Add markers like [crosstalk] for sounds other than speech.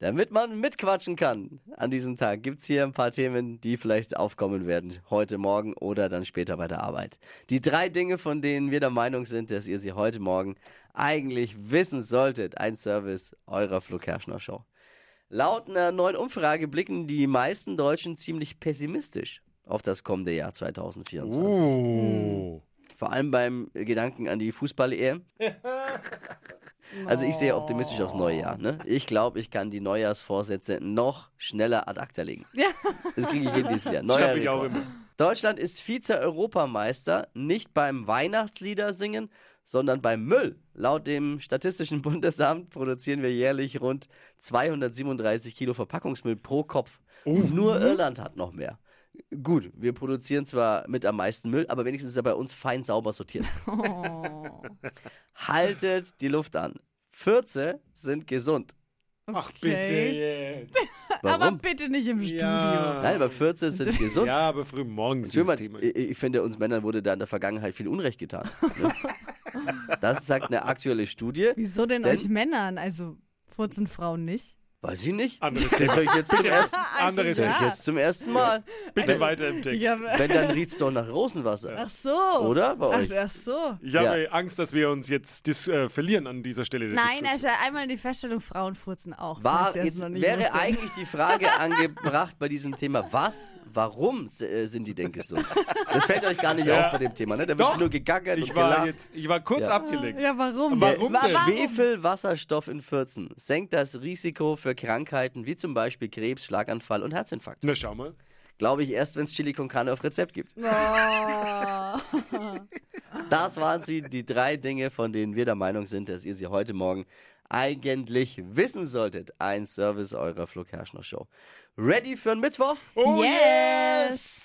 Damit man mitquatschen kann an diesem Tag, gibt's hier ein paar Themen, die vielleicht aufkommen werden. Heute Morgen oder dann später bei der Arbeit. Die drei Dinge, von denen wir der Meinung sind, dass ihr sie heute Morgen eigentlich wissen solltet. Ein Service eurer Flo Kerschner Show. Laut einer neuen Umfrage blicken die meisten Deutschen ziemlich pessimistisch auf das kommende Jahr 2024. Oh. Vor allem beim Gedanken an die [laughs] Fußball-EM. Also ich sehe optimistisch aufs neue Jahr. Ne? Oh. Ich glaube, ich kann die Neujahrsvorsätze noch schneller ad acta legen. Ja. Das kriege ich hin dieses Jahr. [laughs] Das Neuer schaffe ich auch Rekord. immer. Deutschland ist Vize-Europameister, nicht beim Weihnachtslieder singen, sondern beim Müll. Laut dem Statistischen [laughs] Bundesamt produzieren wir jährlich rund 237 Kilo Verpackungsmüll pro Kopf. Oh. Und Mhm. nur Irland hat noch mehr. Gut, wir produzieren zwar mit am meisten Müll, aber wenigstens ist er bei uns fein sauber sortiert. Oh. Haltet die Luft an. Fürze sind gesund. Ach Okay. bitte jetzt. Warum? Aber bitte nicht im Studio. Ja. Nein, aber Fürze sind gesund. Ja, aber früh morgens Schön, dieses man, Thema. ich, ich finde, uns Männern wurde da in der Vergangenheit viel Unrecht getan. Ne? Das sagt eine aktuelle Studie. Wieso denn, Denn- euch Männern? Also furzen Frauen nicht? Weiß ich nicht. Anderes Das Thema. höre ich [laughs] jetzt zum ersten, Ah, also Anderes das höre ich Thema. jetzt zum ersten Mal. Bitte weiter im Text. Ich hab- Wenn, dann riecht's doch nach Rosenwasser. [laughs] ach so. Oder? Bei Ach, euch? ach so. Ich habe Angst, dass wir uns jetzt dis äh, verlieren an dieser Stelle. der Nein, Diskussion. also einmal die Feststellung, Frauen furzen auch. War, falls ihr es jetzt noch nicht wäre wusstet. eigentlich die [laughs] Frage angebracht bei diesem Thema, was, warum s- äh, sind die denn gesund? Das fällt euch gar nicht Ja. auf bei dem Thema, ne? Da Doch. wird nur gegackert und ich war gelacht. jetzt, ich war kurz Ja. abgelenkt. Ja, warum? Warum Wa- denn? Schwefelwasserstoff in Fürzen senkt das Risiko für Krankheiten wie zum Beispiel Krebs, Schlaganfall und Herzinfarkt. Na schau mal. Glaube ich erst, wenn es Chili con Carne auf Rezept gibt. Wa oh. [laughs] Das waren sie, die drei Dinge, von denen wir der Meinung sind, dass ihr sie heute Morgen eigentlich wissen solltet. Ein Service eurer Flo Kerschner Show. Ready für den Mittwoch? Oh yes.